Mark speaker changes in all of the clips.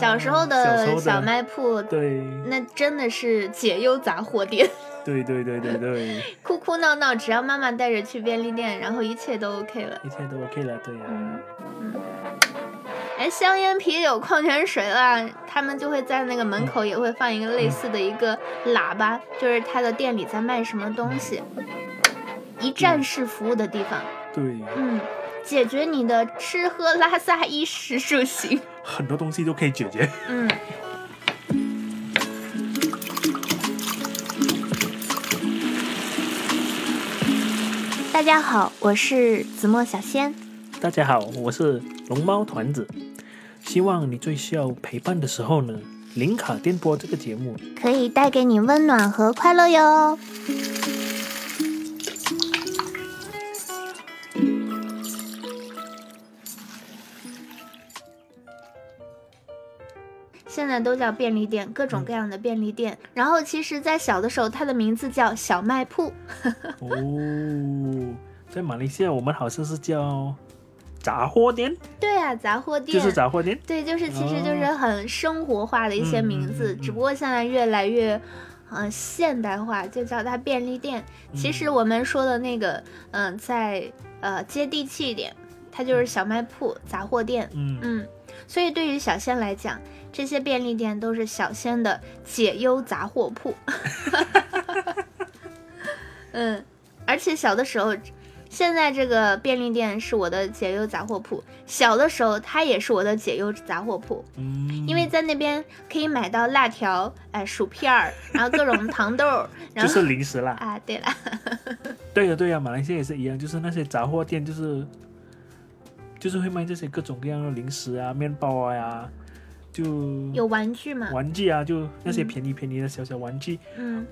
Speaker 1: 小时候
Speaker 2: 嗯小时候
Speaker 1: 的
Speaker 2: 的
Speaker 1: 小卖铺，
Speaker 2: 对，
Speaker 1: 那真的是解忧杂货店，
Speaker 2: 对对对对对，
Speaker 1: 哭哭闹闹，只要妈妈带着去便利店，然后一切都 OK 了。
Speaker 2: 一切都 OK 了，对呀、
Speaker 1: 嗯哎，香烟、啤酒、矿泉水啦，他们就会在那个门口也会放一个类似的一个喇叭，就是他的店里在卖什么东西，一
Speaker 2: 嗯
Speaker 1: 站式服务的地方，
Speaker 2: 对，
Speaker 1: 嗯，解决你的吃喝拉撒衣食住行，
Speaker 2: 很多东西都可以解决。
Speaker 1: 嗯。大家好，我是子墨小仙。
Speaker 2: 大家好，我是龙猫团子，希望你最需要陪伴的时候呢，林卡电波这个节 目
Speaker 1: 可以带给你温暖和快乐哟。现在都叫便利店，各种各样的便利店。然后其实，在小的时候，它的名字叫小卖铺，
Speaker 2: 哦，在马来西亚我们好像是叫杂货店，
Speaker 1: 对啊，杂货店。
Speaker 2: 就是杂货店。
Speaker 1: 对，就是其实
Speaker 2: 哦
Speaker 1: 就是很生活化的一些名字，
Speaker 2: 嗯嗯嗯嗯
Speaker 1: 只不过现在越来越，呃，现代化，就叫它便利店。其
Speaker 2: 嗯
Speaker 1: 实我们说的那个，嗯、在呃接地气一点，它就是小卖铺、杂货店，
Speaker 2: 嗯，
Speaker 1: 嗯。所以对于小仙来讲，这些便利店都是小仙的解忧杂货铺。 嗯，而且小的时候，现在这个便利店是我的解忧杂货铺。小的时候，它也是我的解忧杂货铺，
Speaker 2: 嗯
Speaker 1: 因为在那边可以买到辣条、哎、薯片儿，然后各种糖豆儿，然
Speaker 2: 就
Speaker 1: 后、
Speaker 2: 是零食啦。
Speaker 1: 啊，对了，
Speaker 2: 对呀对呀，马来西亚也是一样，就是那些杂货店，就是就是会卖这些各种各样的零食啊、面包啊呀，就
Speaker 1: 有玩具嘛，
Speaker 2: 玩具啊，就那些
Speaker 1: 嗯
Speaker 2: 便宜便宜的小小玩具。
Speaker 1: 嗯，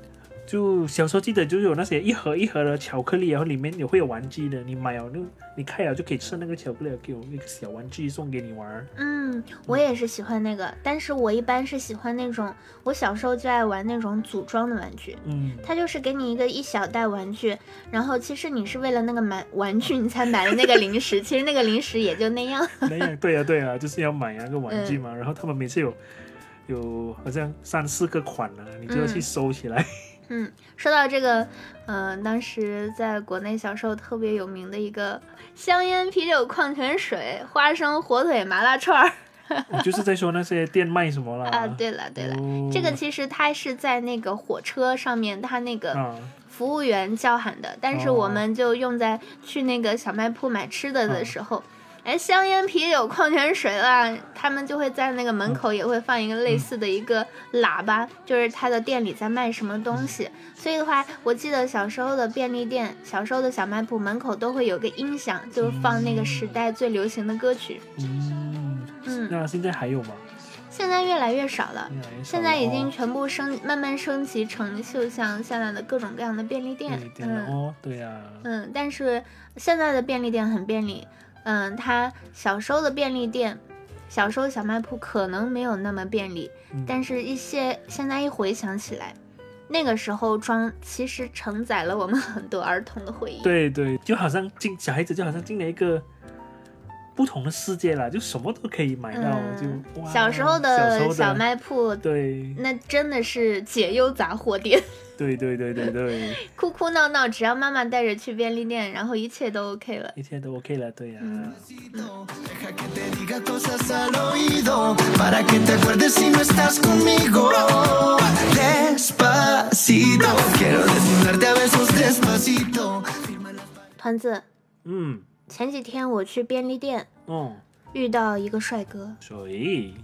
Speaker 2: 就小时候记得就有那些一盒一盒的巧克力，然后里面也会有玩具的，你买了就你开了就可以吃那个巧克力，给我那个小玩具送给你玩儿。
Speaker 1: 嗯，我也是喜欢那个，但是我一般是喜欢那种，我小时候就爱玩那种组装的玩具。
Speaker 2: 嗯，
Speaker 1: 它就是给你一个一小袋玩具，然后其实你是为了那个买 玩具你才买的那个零食，其实那个零食也就那样。
Speaker 2: 那样嗯对呀、对呀、就是要买那个玩具嘛。然后他们每次有嗯有好像三四个款啊，你就要去收起来。
Speaker 1: 嗯，说到这个，嗯、当时在国内小时候特别有名的一个香烟、啤酒、矿泉水、花生、火腿、麻辣串儿
Speaker 2: 我就是在说那些店卖什么啦。
Speaker 1: 啊，对了对了，
Speaker 2: 哦
Speaker 1: 这个其实它是在那个火车上面，它那个
Speaker 2: 啊，
Speaker 1: 服务员叫喊的，但是
Speaker 2: 哦
Speaker 1: 我们就用在去那个小卖铺买吃的的时候。哎，香烟、啤酒、矿泉水啦，他们就会在那个门口也会放一个类似的一个喇叭，就是他的店里在卖什么东西。所以的话，我记得小时候的便利店、小时候的小卖部门口都会有个音响，就是放那个时代最流行的歌曲。
Speaker 2: 嗯，
Speaker 1: 嗯，
Speaker 2: 那现在还有吗？
Speaker 1: 现在越来越少了，
Speaker 2: 越来越少
Speaker 1: 现在已
Speaker 2: 了
Speaker 1: 经
Speaker 2: 哦
Speaker 1: 全部升慢慢升级成就像现在的各种各样的便利店
Speaker 2: 有一。点了
Speaker 1: 嗯。
Speaker 2: 哦，对呀、
Speaker 1: 嗯，但是现在的便利店很便利。嗯，它小时候的便利店，小时候小卖铺可能没有那么便利，
Speaker 2: 嗯
Speaker 1: 但是一些现在一回想起来，那个时候装其实承载了我们很多儿童的回忆。嗯
Speaker 2: 对对，就好像进小孩子就好像进了一个不同的世界啦，就什么都可以买到，
Speaker 1: 嗯
Speaker 2: 就哇
Speaker 1: 小时候
Speaker 2: 小时
Speaker 1: 的
Speaker 2: 候
Speaker 1: 小卖铺，
Speaker 2: 对
Speaker 1: 那真的是解忧杂货店，
Speaker 2: 对对对对对，
Speaker 1: 哭哭闹闹，只要妈妈带着去便利店，然后一切都 OK 了。
Speaker 2: 一切都 OK 了，对呀、
Speaker 1: 嗯
Speaker 3: Deja que te diga cosas al oído para que te acuerdes si no estás conmigo. Despacito, quiero desnudarte a besos despacito. Firma las
Speaker 1: 团子，
Speaker 2: 嗯，
Speaker 1: 前几天我去便利店
Speaker 2: 哦，
Speaker 1: 遇到一个帅哥，
Speaker 2: 所以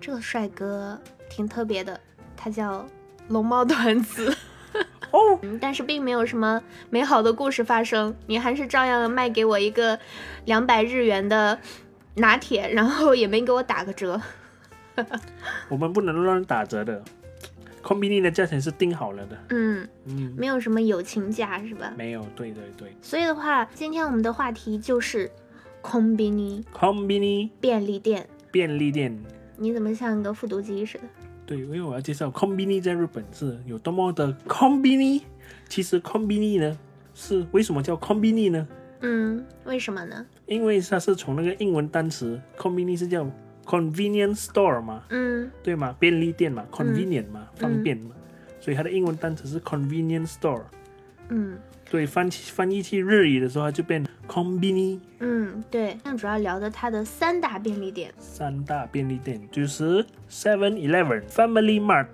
Speaker 1: 这个帅哥挺特别的，他叫龙猫团子。
Speaker 2: 哦，
Speaker 1: 嗯，但是并没有什么美好的故事发生，你还是照样卖给我一个两百日元的拿铁，然后也没给我打个折。
Speaker 2: 我们不能乱打折的 c o m b i n 的价钱是定好了的，
Speaker 1: 嗯，
Speaker 2: 嗯，
Speaker 1: 没有什么友情价是吧？
Speaker 2: 没有，对对对
Speaker 1: 所以的话，今天我们的话题就是空比尼
Speaker 2: c o m b i n
Speaker 1: 便利店，
Speaker 2: 便利店。
Speaker 1: 你怎么像一个复读机似的？
Speaker 2: 对，因为我要介绍 Combini 在日本是有多么的 Combini。其实 Combini 呢是为什么叫 Combini 呢？
Speaker 1: 嗯，为什么呢？
Speaker 2: 因为它是从那个英文单词 Combini 是叫 convenience store 嘛，
Speaker 1: 嗯
Speaker 2: 对吗？便利店嘛，convenient 嘛，方便嘛，所以它的英文单词是 convenience store。
Speaker 1: 嗯
Speaker 2: 对，翻起翻译去日语的时候，它就变 combini
Speaker 1: 嗯，对。那主要聊的它的三大便利店。
Speaker 2: 三大便利店，就是 Seven Eleven、Family Mart、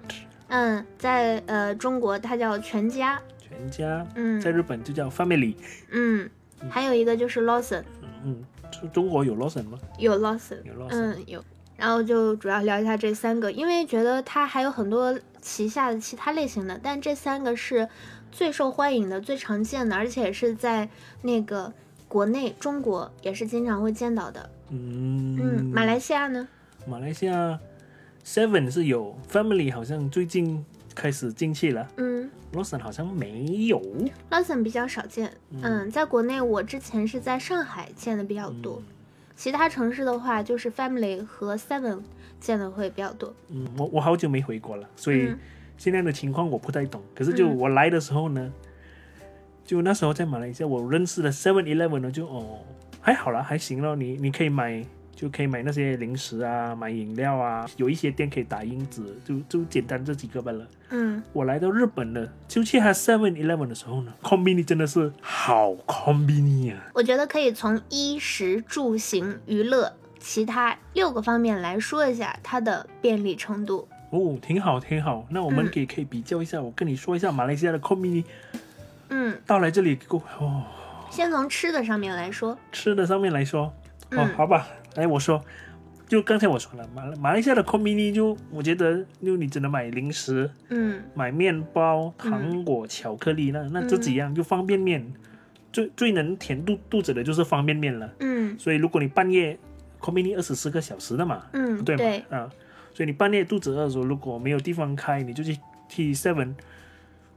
Speaker 1: 嗯，在呃中国它叫全家，
Speaker 2: 全家，
Speaker 1: 嗯
Speaker 2: 在日本就叫 Family。
Speaker 1: 嗯，还有一个就是 Lawson，
Speaker 2: 嗯，中中国有 Lawson 吗？
Speaker 1: 有 Lawson，
Speaker 2: 有 Lawson
Speaker 1: 嗯有。然后就主要聊一下这三个，因为觉得它还有很多旗下的其他类型的，但这三个是最受欢迎的、最常见的，而且是在那个国内中国也是经常会见到的。
Speaker 2: 嗯
Speaker 1: 嗯，马来西亚呢？
Speaker 2: 马来西亚 Seven 是有，Family 好像最近开始进去了
Speaker 1: 嗯
Speaker 2: ，Lawson 好像没有。
Speaker 1: ，Lawson 比较少见。嗯，在国内我之前是在上海见的比较
Speaker 2: 嗯
Speaker 1: 多，其他城市的话就是 Family 和 Seven 见的会比较多。
Speaker 2: 嗯，我我好久没回国了，所以
Speaker 1: 嗯
Speaker 2: 现在的情况我不太懂。可是就
Speaker 1: 嗯
Speaker 2: 我来的时候呢，就那时候在马来西亚，我认识的 Seven Eleven 呢，就哦还好啦，还行咯。你你可以买，就可以买那些零食啊，买饮料啊，有一些店可以打印纸，就就简单这几个罢了。
Speaker 1: 嗯，
Speaker 2: 我来到日本呢，就去他 Seven Eleven 的时候呢，combini 真的是好 combini 啊，
Speaker 1: 我觉得可以从衣食住行、娱乐、其他六个方面来说一下它的便利程度。
Speaker 2: 哦，挺好挺好。那我们
Speaker 1: 嗯
Speaker 2: 可以可以比较一下，我跟你说一下马来西亚的 combini
Speaker 1: 嗯，
Speaker 2: 到来这里给我哦。
Speaker 1: 先从吃的上面来说，
Speaker 2: 吃的上面来说，哦
Speaker 1: 嗯，
Speaker 2: 好吧，来我说，就刚才我说了，马马来西亚的 c o m i n i 就我觉得，就你只能买零食、
Speaker 1: 嗯
Speaker 2: 买面包、糖果、巧克力，那那这几样就方便面，最最能填肚肚子的就是方便面了。
Speaker 1: 嗯
Speaker 2: 所以如果你半夜 c o m i n i 二十四个小时的嘛，
Speaker 1: 嗯，
Speaker 2: 对吗？啊，所以你半夜肚子饿的时候，如果没有地方开，你就去去 Seven，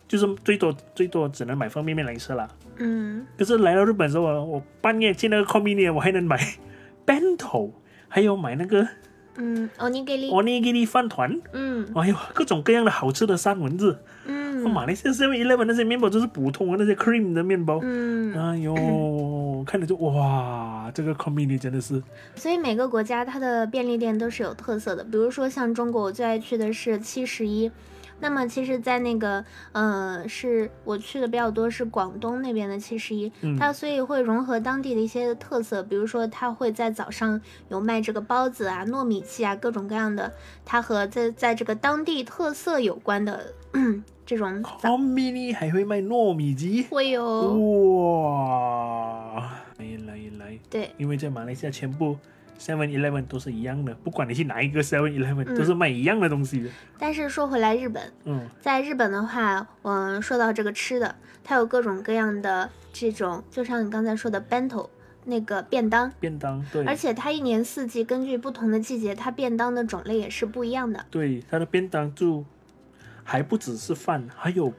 Speaker 2: 就是最多最多只能买方便面来吃了。
Speaker 1: 嗯
Speaker 2: 可是来到日本的时候，我我半夜去那个 convenience，我还能买 bento，还有买那个
Speaker 1: 嗯，哦，你给力，
Speaker 2: onigiri 饭团，
Speaker 1: 嗯
Speaker 2: 哎呦，各种各样的好吃的三文治。哦
Speaker 1: 嗯
Speaker 2: 马来西亚 Seven Eleven 那些面包就是普通的那些 cream 的面包。
Speaker 1: 嗯，
Speaker 2: 哎呦，看着就哇，这个 convenience 真的是，
Speaker 1: 所以每个国家它的便利店都是有特色的，比如说像中国，我最爱去的是七十一。那么其实，在那个，呃，是我去的比较多是广东那边的七十一，
Speaker 2: 嗯
Speaker 1: 它所以会融合当地的一些特色，比如说它会在早上有卖这个包子啊、糯米糍啊各种各样的，它和在在这个当地特色有关的嗯这种早
Speaker 2: convenience 还会卖糯米鸡，
Speaker 1: 会有哦
Speaker 2: 哇，来来来，
Speaker 1: 对，
Speaker 2: 因为在马来西亚全部 Seven Eleven 都是一样的，不管你去哪一个 Seven
Speaker 1: 嗯
Speaker 2: Eleven 都是卖一样的东西的。
Speaker 1: 但是说回来日本，
Speaker 2: 嗯
Speaker 1: 在日本的话，嗯，说到这个吃的，它有各种各样的这种，就像你刚才说的 bento 那个便当，，
Speaker 2: 便当对，
Speaker 1: 而且它一年四季根据不同的季节，它便当的种类也是不一样的。
Speaker 2: 对它的便当就还不只是饭，还有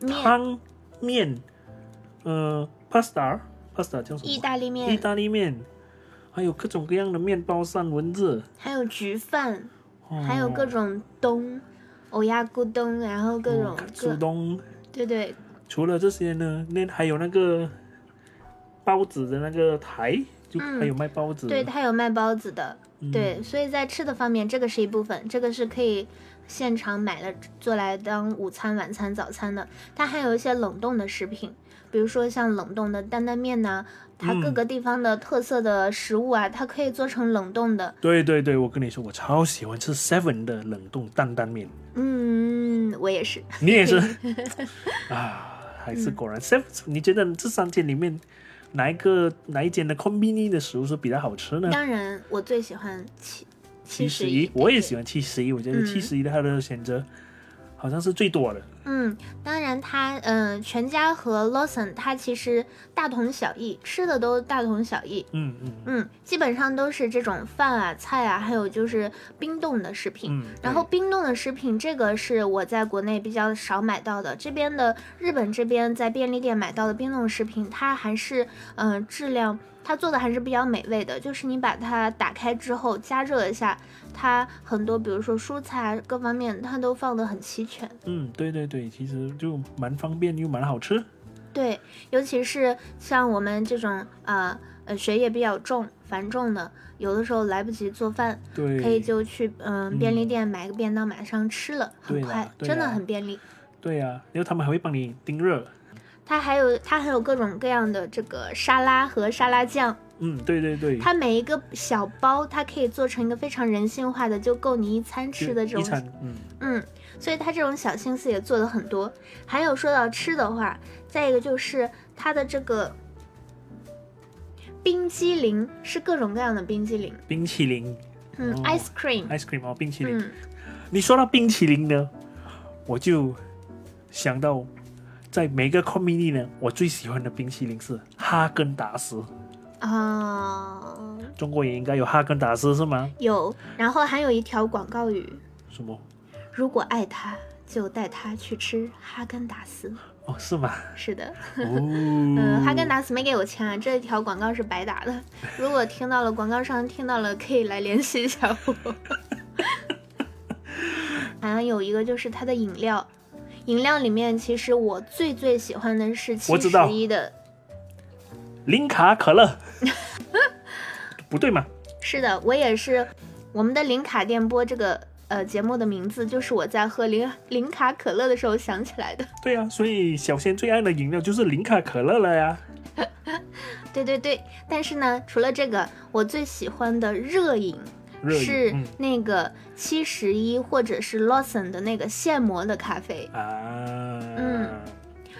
Speaker 1: 面，
Speaker 2: 汤面，呃，pasta pasta 叫什么？
Speaker 1: 意大利
Speaker 2: 意
Speaker 1: 面，
Speaker 2: 大利面，还有各种各样的面包三文治，
Speaker 1: 还有焗饭，
Speaker 2: 哦
Speaker 1: 还有各种东，欧亚咕咚，然后各种
Speaker 2: 哦
Speaker 1: 各
Speaker 2: 苏，东。
Speaker 1: 对对，
Speaker 2: 除了这些呢，那还有那个包子的那个台，就
Speaker 1: 嗯
Speaker 2: 还有卖包子。
Speaker 1: 对，它有卖包子的，
Speaker 2: 嗯
Speaker 1: 对，所以在吃的方面，这个是一部分，这个是可以现场买了做来当午餐、晚餐、早餐的。它还有一些冷冻的食品，比如说像冷冻的担担面呐、它各
Speaker 2: 嗯
Speaker 1: 个地方的特色的食物啊，它可以做成冷冻的。
Speaker 2: 对对对，我跟你说，我超喜欢吃 Seven 的冷冻担担面，
Speaker 1: 嗯，我也是，
Speaker 2: 你 也是啊，还
Speaker 1: 嗯
Speaker 2: 是果然 Seven，、你觉得这三间里面哪一个哪一间的 combini 的食物是比较好吃呢？
Speaker 1: 当然我最喜欢七七十
Speaker 2: 嗯一
Speaker 1: 一，，
Speaker 2: 我也喜欢七十一，我觉得
Speaker 1: 嗯
Speaker 2: 七十一它的选择好像是最多的。
Speaker 1: 嗯，当然它，嗯、全家和 Lawson 它其实大同小异，吃的都大同小异。
Speaker 2: 嗯嗯
Speaker 1: 嗯，基本上都是这种饭啊、菜啊，还有就是冰冻的食品。
Speaker 2: 嗯，
Speaker 1: 然后冰冻的食品，这个是我在国内比较少买到的。这边的日本这边在便利店买到的冰冻食品，它还是嗯、呃质量，它做的还是比较美味的。就是你把它打开之后加热一下，它很多比如说蔬菜啊各方面，它都放的很齐全。
Speaker 2: 嗯，对对对，其实就蛮方便又蛮好吃。
Speaker 1: 呃对，尤其是像我们这种啊呃学业比较重，繁重的，有的时候来不及做饭，
Speaker 2: 对，
Speaker 1: 可以就去嗯便利
Speaker 2: 嗯
Speaker 1: 店买个便当，马上吃了，很
Speaker 2: 对啦
Speaker 1: 快，
Speaker 2: 对
Speaker 1: 真的
Speaker 2: 啦
Speaker 1: 很便利。
Speaker 2: 对呀、然后他们还会帮你叮热，
Speaker 1: 它还有它还有各种各样的这个沙拉和沙拉酱，
Speaker 2: 嗯，对对对，
Speaker 1: 它每一个小包它可以做成一个非常人性化的，就够你一餐
Speaker 2: 就
Speaker 1: 吃的这种
Speaker 2: 一餐，嗯，
Speaker 1: 嗯，所以他这种小心思也做的很多。还有说到吃的话，再一个就是它的这个冰激凌是各种各样的冰激凌，
Speaker 2: 冰淇淋
Speaker 1: 嗯、
Speaker 2: 哦
Speaker 1: i c e cream，
Speaker 2: ，ice cream 哦，冰淇淋。
Speaker 1: 嗯，
Speaker 2: 你说到冰淇淋呢，我就想到在每个 community 呢，我最喜欢的冰淇淋是哈根达斯。
Speaker 1: 啊、
Speaker 2: 中国也应该有哈根达斯是吗？
Speaker 1: 有，然后还有一条广告语：
Speaker 2: 什么？
Speaker 1: 如果爱他，就带他去吃哈根达斯。
Speaker 2: 哦，是吗？
Speaker 1: 是的，
Speaker 2: 哦，
Speaker 1: 嗯，哈根达斯没给我钱啊，这条广告是白打的。如果听到了广告商听到了，可以来联系一下我。好像有一个就是它的饮料，饮料里面其实我最最喜欢的是
Speaker 2: 我
Speaker 1: 七
Speaker 2: 知道
Speaker 1: 十一的，
Speaker 2: 零卡可乐，不对吗？
Speaker 1: 是的，我也是我们的零卡电波这个呃节目的名字，就是我在喝零零卡可乐的时候想起来的。
Speaker 2: 对啊，所以小仙最爱的饮料就是零卡可乐了呀。
Speaker 1: 对对对，但是呢，除了这个，我最喜欢的热饮
Speaker 2: 热饮
Speaker 1: 是
Speaker 2: 嗯
Speaker 1: 那个七十一或者是 Lawson 的那个现磨的咖啡，
Speaker 2: 啊，
Speaker 1: 嗯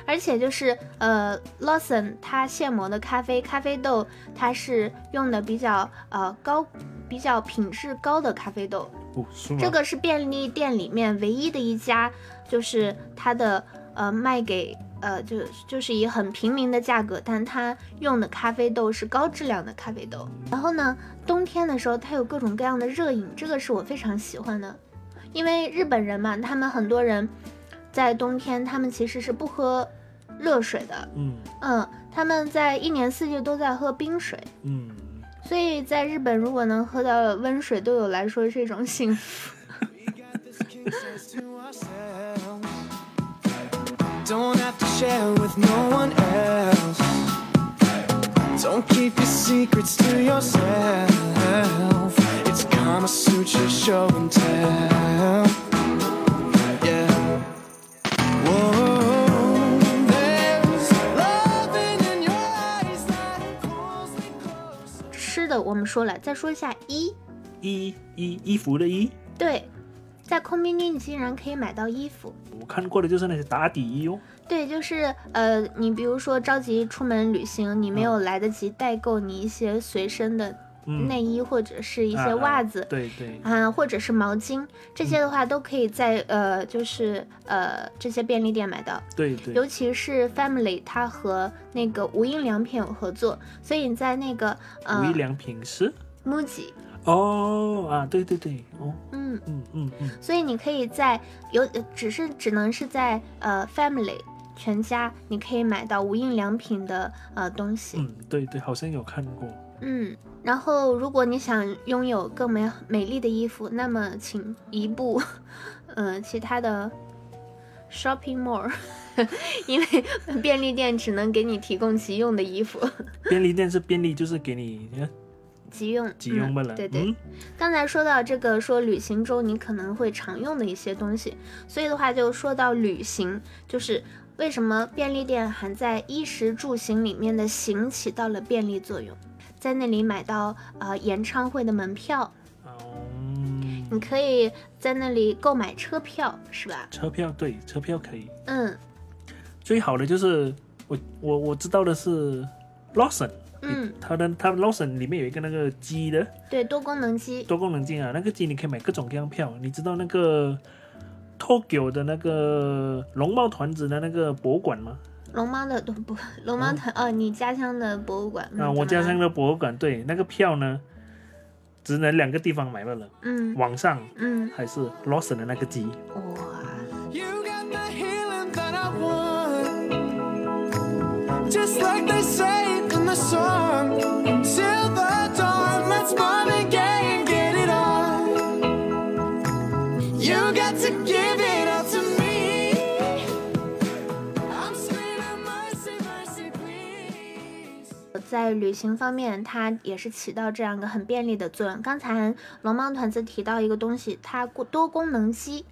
Speaker 1: 而且就是呃，Lawson 它现磨的咖啡，咖啡豆它是用的比较呃高、比较品质高的咖啡豆，
Speaker 2: 哦，是吗？
Speaker 1: 这个是便利店里面唯一的一家，就是它的呃卖给呃就就是以很平民的价格，但它用的咖啡豆是高质量的咖啡豆。然后呢，冬天的时候它有各种各样的热饮，这个是我非常喜欢的，因为日本人嘛，他们很多人在冬天他们其实是不喝热水的，
Speaker 2: 嗯
Speaker 1: 嗯，他们在一年四季都在喝冰水。
Speaker 2: 嗯，
Speaker 1: 所以在日本，如果能喝到温水，对我来说是一种幸福。
Speaker 3: Don't have to share with no one else. Don't keep your secrets to yourself. It's Kama Sutra show and tell. Yeah. Whoa, there's loving in your eyes that pulls me closer.
Speaker 1: 吃的我们说了，再说一下衣。
Speaker 2: 衣衣衣服的衣，
Speaker 1: 对，在 c o n v 你竟然可以买到衣服。
Speaker 2: 我看过的就是那些打底衣哦。
Speaker 1: 对，就是呃，你比如说着急出门旅行，你没有来得及代购你一些随身的
Speaker 2: 嗯，
Speaker 1: 内衣或者是一
Speaker 2: 一
Speaker 1: 些袜子。
Speaker 2: 对对，
Speaker 1: 啊、或者是毛巾，这些的话都可以在呃，就是呃这些便利店买到，
Speaker 2: 对对，
Speaker 1: 尤其是 Family 它和那个无印良品有合作，所以你在那个
Speaker 2: 无
Speaker 1: 呃
Speaker 2: 印良品是
Speaker 1: MUJI，
Speaker 2: 哦啊，对对对，哦，
Speaker 1: 嗯，
Speaker 2: 嗯嗯嗯，
Speaker 1: 所以你可以在有，呃只是只能是在呃 family 全家，你可以买到无印良品的呃东西，
Speaker 2: 嗯，对对，好像有看过。
Speaker 1: 嗯。然后，如果你想拥有更美美丽的衣服，那么请移步， 呃，其他的 shopping mall，因为便利店只能给你提供急用的衣服，
Speaker 2: 便利店是便利，就是给你呃
Speaker 1: 急用，
Speaker 2: 急用
Speaker 1: 嗯
Speaker 2: 罢了。
Speaker 1: 对对，
Speaker 2: 嗯
Speaker 1: 刚才说到这个，说旅行中你可能会常用的一些东西，所以的话就说到旅行，就是为什么便利店还在衣食住行里面的行起到了便利作用，在那里买到呃演唱会的门票，
Speaker 2: 哦，
Speaker 1: 你可以在那里购买车票，是吧？
Speaker 2: 车票对，车票可以。
Speaker 1: 嗯
Speaker 2: 最好的就是我我我知道的是 Lawson，
Speaker 1: 嗯，
Speaker 2: 它的它 Lawson 里面有一个那个机的
Speaker 1: 对，多功能机，
Speaker 2: 多功能机啊，那个机你可以买各种各样票。你知道那个 Tokyo 的那个龙猫团子的那个博物馆吗？
Speaker 1: 龙猫的不不，龙猫的哦，你家乡的博物馆嗯
Speaker 2: 嗯啊，
Speaker 1: 怎
Speaker 2: 我
Speaker 1: 么
Speaker 2: 家
Speaker 1: 了
Speaker 2: 乡的博物馆，对，那个票呢，只能两个地方买到了，
Speaker 1: 嗯
Speaker 2: 网上
Speaker 1: 嗯，
Speaker 2: 还是 Lawson 的那个机。
Speaker 1: 哇。
Speaker 3: You got the healing that I want. Just like they say in the song. Till the dawn, let's born again, get it on. You got to give it all to me. I'm screaming mercy, mercy, please.
Speaker 1: 在旅行方面，它也是起到这样一个很便利的作用。刚才龙猫团子提到一个东西，它过多功能机。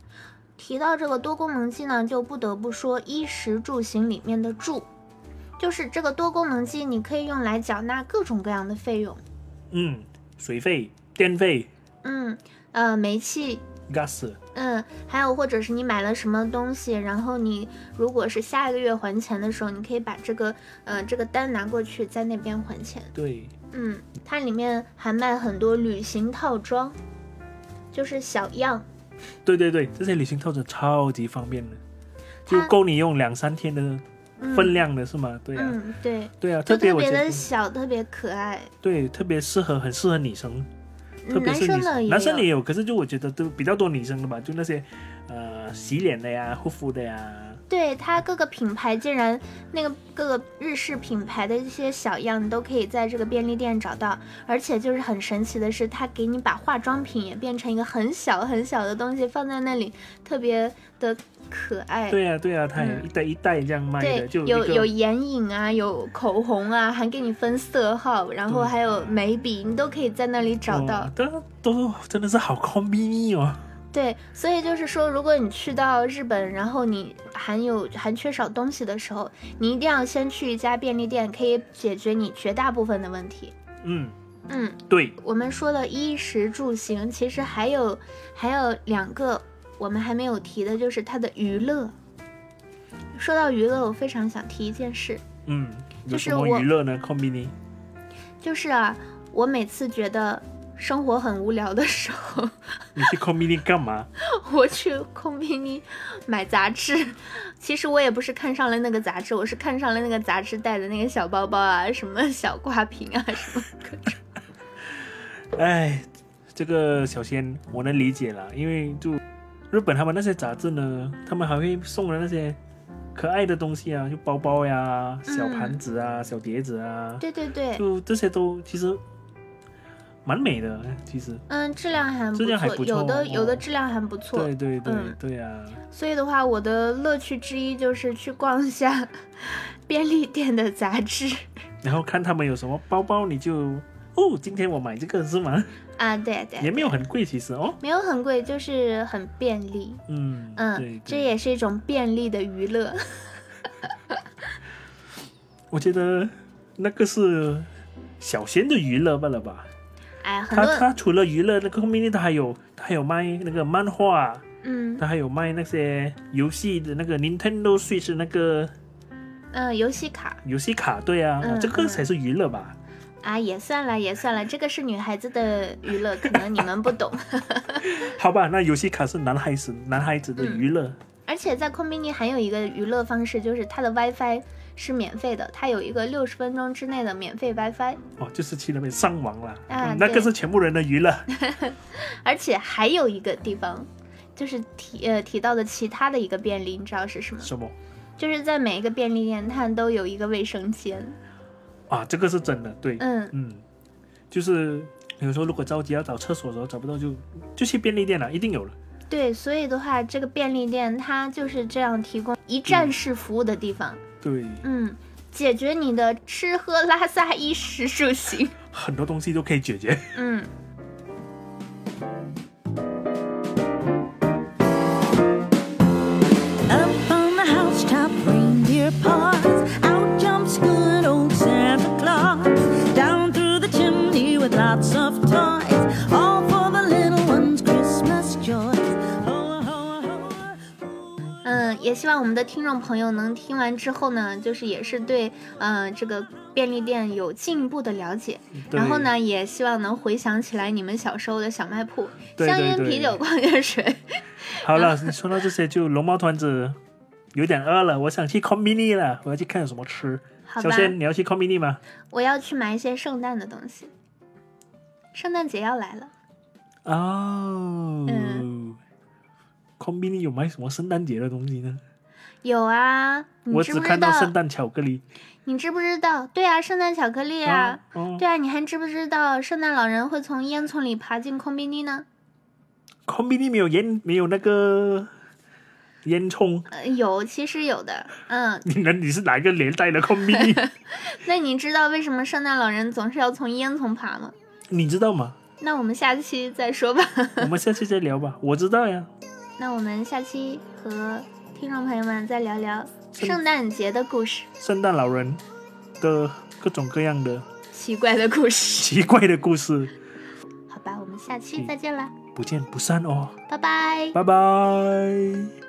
Speaker 1: 提到这个多功能机呢，就不得不说衣食住行里面的住，就是这个多功能机，你可以用来缴纳各种各样的费用。
Speaker 2: 嗯，水费、电费、
Speaker 1: 嗯，呃，煤气
Speaker 2: gas，
Speaker 1: 嗯，还有或者是你买了什么东西，然后你如果是下一个月还钱的时候，你可以把这个呃这个单拿过去，在那边还钱。
Speaker 2: 对，
Speaker 1: 嗯，它里面还卖很多旅行套装，就是小样。
Speaker 2: 对对对，这些旅行套餐超级方便的，就
Speaker 1: 它
Speaker 2: 够你用两三天的
Speaker 1: 嗯
Speaker 2: 分量的是吗？对啊，
Speaker 1: 嗯，对，
Speaker 2: 对啊，
Speaker 1: 就
Speaker 2: 特别
Speaker 1: 特
Speaker 2: 我觉
Speaker 1: 别
Speaker 2: 得
Speaker 1: 的小，特别可爱。
Speaker 2: 对，特别适合，很适合女生，特
Speaker 1: 嗯
Speaker 2: 别
Speaker 1: 男
Speaker 2: 是女
Speaker 1: 生的也
Speaker 2: 男生
Speaker 1: 有
Speaker 2: 也有，可是就我觉得都比较多女生的吧，就那些呃洗脸的呀、护肤的呀，
Speaker 1: 对它各个品牌竟然那个各个日式品牌的一些小样，你都可以在这个便利店找到。而且就是很神奇的是，它给你把化妆品也变成一个很小很小的东西放在那里，特别的可爱。
Speaker 2: 对呀对呀，它也
Speaker 1: 嗯
Speaker 2: 一袋一袋这样卖的，
Speaker 1: 对
Speaker 2: 就一
Speaker 1: 有有
Speaker 2: 个
Speaker 1: 眼影啊，有口红啊，还给你分色号，然后
Speaker 2: 对啊
Speaker 1: 还有眉笔，你都可以在那里找到。
Speaker 2: 哇哦但都真的是好 c o n v e n i 哦，
Speaker 1: 对，所以就是说，如果你去到日本，然后你还有还缺少东西的时候，你一定要先去一家便利店，可以解决你绝大部分的问题。
Speaker 2: 嗯，
Speaker 1: 嗯，
Speaker 2: 对，
Speaker 1: 我们说了衣食住行，其实还有还有两个我们还没有提的，就是它的娱乐。说到娱乐，我非常想提一件事，
Speaker 2: 嗯，有
Speaker 1: 就是
Speaker 2: 什么
Speaker 1: 我
Speaker 2: 娱乐呢 c o n v e n i
Speaker 1: 就是啊，我每次觉得生活很无聊的时候，
Speaker 2: 你去 c o n v e n i 干嘛？
Speaker 1: 我去空宾尼买杂志，其实我也不是看上了那个杂志，我是看上了那个杂志带的那个小包包啊，什么小挂瓶啊，什么各种。
Speaker 2: 哎，这个小仙我能理解啦，因为就日本他们那些杂志呢，他们还会送的那些可爱的东西啊，就包包呀、小盘子啊、小碟子啊，
Speaker 1: 对对对，
Speaker 2: 就这些都其实蛮美的。其实，
Speaker 1: 嗯，质量还不错，
Speaker 2: 质量还不错
Speaker 1: 有的
Speaker 2: 哦
Speaker 1: 有的质量还不错。
Speaker 2: 对对对、
Speaker 1: 嗯
Speaker 2: 对啊，
Speaker 1: 所以的话，我的乐趣之一就是去逛一下 便利店的杂志
Speaker 2: 然后看他们有什么包包，你就哦，今天我买这个 是吗？
Speaker 1: 啊，对对，
Speaker 2: 也没有很贵，其实哦，
Speaker 1: 没有很贵，就是很便利。
Speaker 2: 嗯
Speaker 1: 嗯，
Speaker 2: 对，
Speaker 1: 这
Speaker 2: 对
Speaker 1: 也是一种便利的娱乐。
Speaker 2: 我觉得那个是小仙的娱乐罢了吧。
Speaker 1: 哎，很
Speaker 2: 他
Speaker 1: 多
Speaker 2: 他除了娱乐那个后面呢，他还有他还有卖那个漫画，
Speaker 1: 嗯
Speaker 2: 他还有卖那些游戏的那个 Nintendo Switch 那个
Speaker 1: 嗯，游戏卡。
Speaker 2: 游戏卡，对啊，
Speaker 1: 嗯
Speaker 2: 这个
Speaker 1: 嗯
Speaker 2: 才是娱乐吧？
Speaker 1: 啊，也算了，也算了，这个是女孩子的娱乐，可能你们不懂。
Speaker 2: 好吧，那游戏卡是男孩子男孩子的娱乐，
Speaker 1: 而且在空宾尼还有一个娱乐方式，就是它的 WiFi 是免费的，它有一个六十分钟之内的免费 WiFi，
Speaker 2: 哦，就是去那边上网啦，
Speaker 1: 啊
Speaker 2: 嗯那个
Speaker 1: 对
Speaker 2: 是全部人的娱乐。
Speaker 1: 而且还有一个地方。就是提呃提到的其他的一个便利，你知道是什么？
Speaker 2: 什么
Speaker 1: 就是在每一个便利店，它都有一个卫生间。
Speaker 2: 啊？这个是真的，对，
Speaker 1: 嗯，
Speaker 2: 嗯，就是有时候如果着急要找厕所的时候找不到就，就去便利店了，一定有了。
Speaker 1: 对，所以的话，这个便利店它就是这样提供一站式服务的地方。
Speaker 2: 对，
Speaker 1: 嗯，解决你的吃喝拉撒衣食住行。
Speaker 2: 很多东西都可以解决。
Speaker 1: 嗯。
Speaker 4: Up on the housetop, reindeer paws. Out jumps good old Santa Claus. Down through the chimney with lots of toys. All for the little one's Christmas joys. Ho, ho, ho, ho.
Speaker 1: 嗯，也希望我们的听众朋友能听完之后呢，就是也是对呃这个便利店有进一步的了解，
Speaker 2: 对
Speaker 1: 然后呢，也希望能回想起来你们小时候的小卖铺、
Speaker 2: 对
Speaker 1: 香
Speaker 2: 对
Speaker 1: 烟、
Speaker 2: 对
Speaker 1: 啤酒、矿泉水。
Speaker 2: 好了，你说到这些，就龙猫团子有点饿了，我想去 c o m b i n i 了，我要去看有什么吃。
Speaker 1: 好
Speaker 2: 小
Speaker 1: 吧，
Speaker 2: 仙，你要去 c o m b i n i 吗？
Speaker 1: 我要去买一些圣诞的东西，圣诞节要来了。
Speaker 2: 哦、
Speaker 1: 嗯
Speaker 2: c o m b i n i 有卖什么圣诞节的东西呢？
Speaker 1: 有啊，你
Speaker 2: 我
Speaker 1: 知
Speaker 2: 只
Speaker 1: 不知
Speaker 2: 看到
Speaker 1: 道？
Speaker 2: 圣诞巧克力
Speaker 1: 你知不知道？对啊，圣诞巧克力啊。
Speaker 2: 哦
Speaker 1: 对啊，你还知不知道圣诞老人会从烟囱里爬进空宾尼呢？
Speaker 2: c o m b i n i 没有盐，没有那个烟囱，
Speaker 1: 呃有，其实有的，嗯。
Speaker 2: 你能你是哪一个年代的 c o m i
Speaker 1: 那你知道为什么圣诞老人总是要从烟囱爬吗？
Speaker 2: 你知道吗？
Speaker 1: 那我们下期再说吧。
Speaker 2: 我们下期再聊吧。我知道呀，
Speaker 1: 那我们下期和听众朋友们再聊聊
Speaker 2: 圣
Speaker 1: 圣诞节的故事，
Speaker 2: 圣诞老人的各种各样的
Speaker 1: 奇怪的故事。
Speaker 2: 奇怪的故事，
Speaker 1: 好吧，我们下期再见啦，
Speaker 2: 不见不散哦，
Speaker 1: 拜拜。
Speaker 2: 拜拜。